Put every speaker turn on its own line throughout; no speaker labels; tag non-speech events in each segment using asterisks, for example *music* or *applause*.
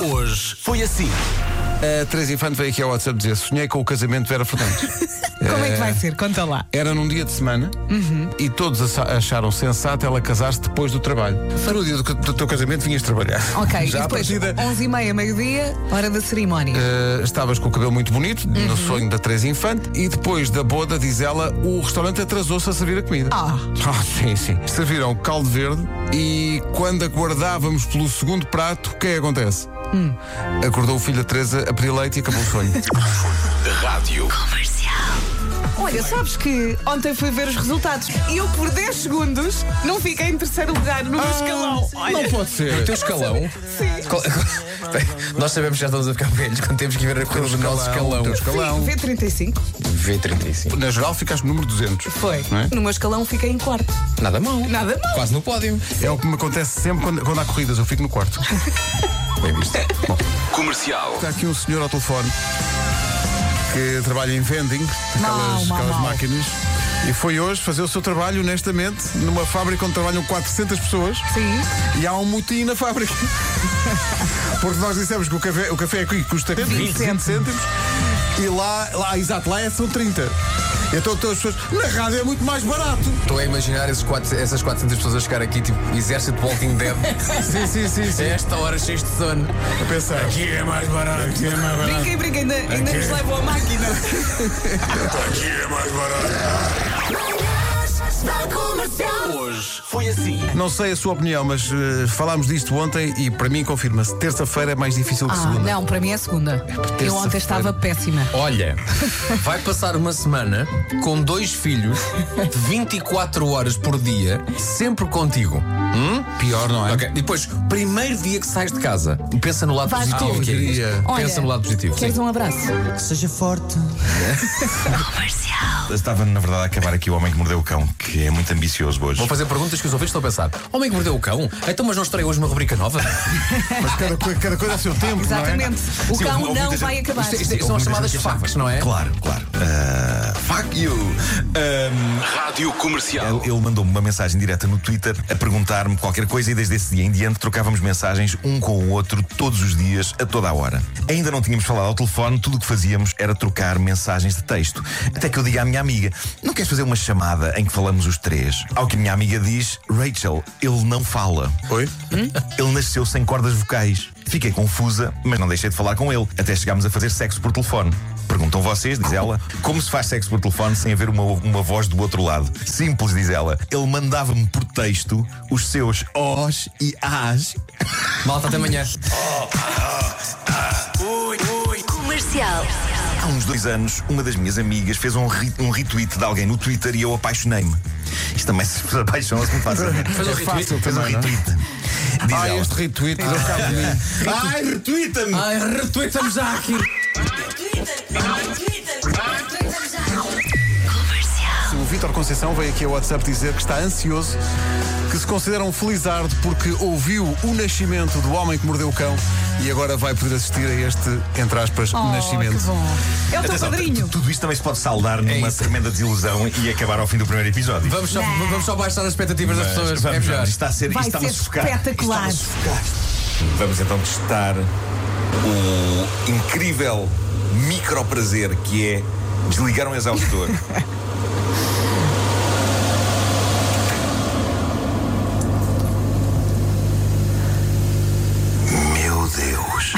Hoje foi assim.
A Teresa Infante veio aqui ao WhatsApp dizer Sonhei com o casamento de Vera *laughs* Fernandes.
Como é que vai ser? Conta lá.
Era num dia de semana e todos acha- acharam sensato ela casar-se depois do trabalho. Tu no dia do, do teu casamento vinhas trabalhar.
Ok,
Já
e
à
depois,
partida.
11h30, meio-dia, hora da cerimónia.
eh, estavas com o cabelo muito bonito, no sonho da Teresa Infante, e depois da boda, diz ela, o restaurante atrasou-se a servir a comida.
Ah.
*laughs* Ah, sim, sim. Serviram caldo verde e quando aguardávamos pelo segundo prato, o que é que acontece? Acordou o filho da Teresa a pedir leite e acabou o sonho. *laughs*
Olha, sabes que ontem fui ver os resultados e eu, por 10 segundos, não fiquei em terceiro lugar no meu escalão. Olha,
Não pode ser.
O teu escalão.
sim.
Qual- Nós sabemos que já estamos a ficar velhos quando temos que ver a cor do nosso escalão.
O teu escalão.
V35
V35.
Na geral ficaste número 200.
foi.
Não é?
No meu escalão fiquei em quarto.
Nada mal.
Nada mal.
Quase no pódio.
É o que me acontece sempre quando, quando há corridas, eu fico no
*laughs*
quarto.
Bem visto.
Comercial.
Está aqui um senhor ao telefone que trabalha em vending,
Mau,
aquelas,
mau,
aquelas
mau.
máquinas. E foi hoje fazer o seu trabalho, honestamente, numa fábrica onde trabalham 400 pessoas
Sim.
e há um motim na fábrica. *laughs* Porque nós dissemos que o café, o café aqui custa 20,
cêntimos.
cêntimos e lá, lá, exato, lá é, são 30. Então todas as pessoas, na rádio é muito mais barato.
Estou a imaginar esses quatro- essas 400 pessoas a chegar aqui, tipo, exército de Walking Dead.
Sim, sim, sim,
A
sim.
esta hora, cheios de sono.
A pensar. Aqui é mais barato, aqui é mais barato.
Brinquei, brinquei, ainda, ainda nos levou a máquina.
Hoje foi assim.
Não sei a sua opinião, mas eh, falámos disto ontem e para mim confirma-se. Terça-feira é mais difícil que
Ah,
segunda.
não, para mim é segunda. Eu
terça-feira.
ontem estava péssima.
Olha, vai passar uma semana com dois filhos, 24 horas por dia, sempre contigo. Hum?
Pior, não é?
Ok, depois, primeiro dia que sais de casa, pensa no lado
Vais
positivo.
tu.
que é isto.
Alegria.
Olha,
pensa no lado positivo. sim.
Queres um abraço?
Seja forte.
Estava, na verdade, a acabar aqui o Homem que Mordeu o Cão, que é muito ambicioso hoje.
Vou fazer perguntas que os ouvintes estão a pensar. Homem que mordeu o cão? Então, mas não estreia hoje uma rubrica nova?
Mas cada, coi- cada coisa a seu tempo, não é?
Exatamente. O
Sim,
cão
houve
não
muita
vai
gente-
acabar.
Isto- é- isto- isto são as chamadas facas, não é?
Claro, claro. Ah, fuck you! Rádio Comercial. Ele, ele mandou-me uma mensagem direta no Twitter a perguntar-me qualquer coisa e desde esse dia em diante trocávamos mensagens um com o outro todos os dias, a toda a hora. Ainda não tínhamos falado ao telefone, tudo o que fazíamos era trocar mensagens de texto. Até que eu diga à minha amiga: Não queres fazer uma chamada em que falamos os três? Ao que a minha amiga diz: Rachel, ele não fala.
Oi?
Hum? Ele nasceu sem cordas vocais. Fiquei confusa, mas não deixei de falar com ele, até chegámos a fazer sexo por telefone. Perguntam vocês, diz ela, como se faz sexo por telefone sem haver uma, uma voz do outro lado? Simples, diz ela. Ele mandava-me por texto os seus Os e As.
Malta até amanhã.
Comercial.
Há uns dois anos, uma das minhas amigas fez um, re- um retweet de alguém no Twitter e eu apaixonei-me. Isto também se *laughs* apaixonou-se muito facilmente.
Faz um
é
retweet.
fácil
Fez um
também, não é?
retweet. Diz
Ah,
ela.
este *laughs* retweet deu cabo de mim. Ah,
Ai, retweeta-me!
Ai, retweetamos já aqui.
Comercial.
O Vítor Conceição veio aqui ao WhatsApp dizer que está ansioso, que se considera um felizardo porque ouviu o nascimento do homem que mordeu o cão e agora vai poder assistir a este, entre aspas,
Oh,
nascimento.
que bom. É o teu
Atenção,
padrinho. É
tu- Tudo isto também se pode saldar numa
isso.
tremenda desilusão e acabar ao fim do primeiro episódio.
Vamos só, vamos só baixar as expectativas das pessoas.
vamos,
é melhor.
vamos. Isto está a ser,
Vai
isto está
ser
sufocar.
espetacular.
Isto está-me a sufocar. Vamos então testar o incrível micro prazer que é desligar um exaustor. *laughs* Meu Deus.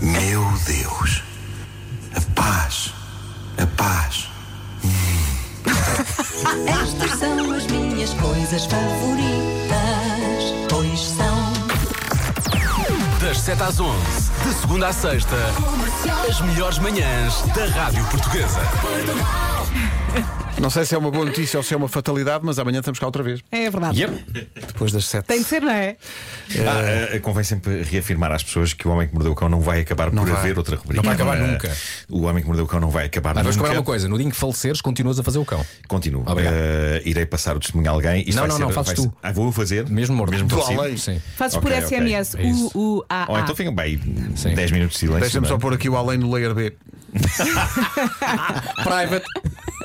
Meu Deus. A paz. A paz.
Estas são as minhas coisas favoritas, pois são.
Das 7 às 11, de segunda à sexta, as melhores manhãs da Rádio Portuguesa.
Não sei se é uma boa notícia ou se é uma fatalidade, mas amanhã estamos cá outra vez,
É verdade.
depois das sete.
Tem de ser, não é?
Eh,
Ah, ah, convém sempre reafirmar às pessoas que o Homem que Mordeu o Cão não vai acabar por
vai.
haver outra rubrica.
Não vai acabar
Ah,
nunca.
O Homem que Mordeu o Cão não vai acabar
Ah,
nunca.
vamos cobrar uma coisa: no dia em que faleceres, continuas a fazer o cão.
Continuo.
Obrigado.
Ah, irei passar o testemunho a alguém. Isto
Não,
vai
não,
ser-
não, fazes
vai ser-
tu.
Ah, vou fazer.
Mesmo morto.
Mesmo
Tu,
falecido?
além.
Sim.
Fazes
Ok,
por
ok.
SMS.
É isso.
U, U, A,
Ou
A.
então ficam bem
Sim.
10 minutos de silêncio.
Deixa-me
não
só
é?
pôr aqui o além no layer
*laughs*
B.
Private.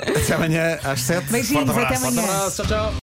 Até amanhã às sete.
Beijinhos, até amanhã.
Ah,
Abraço, tchau, tchau.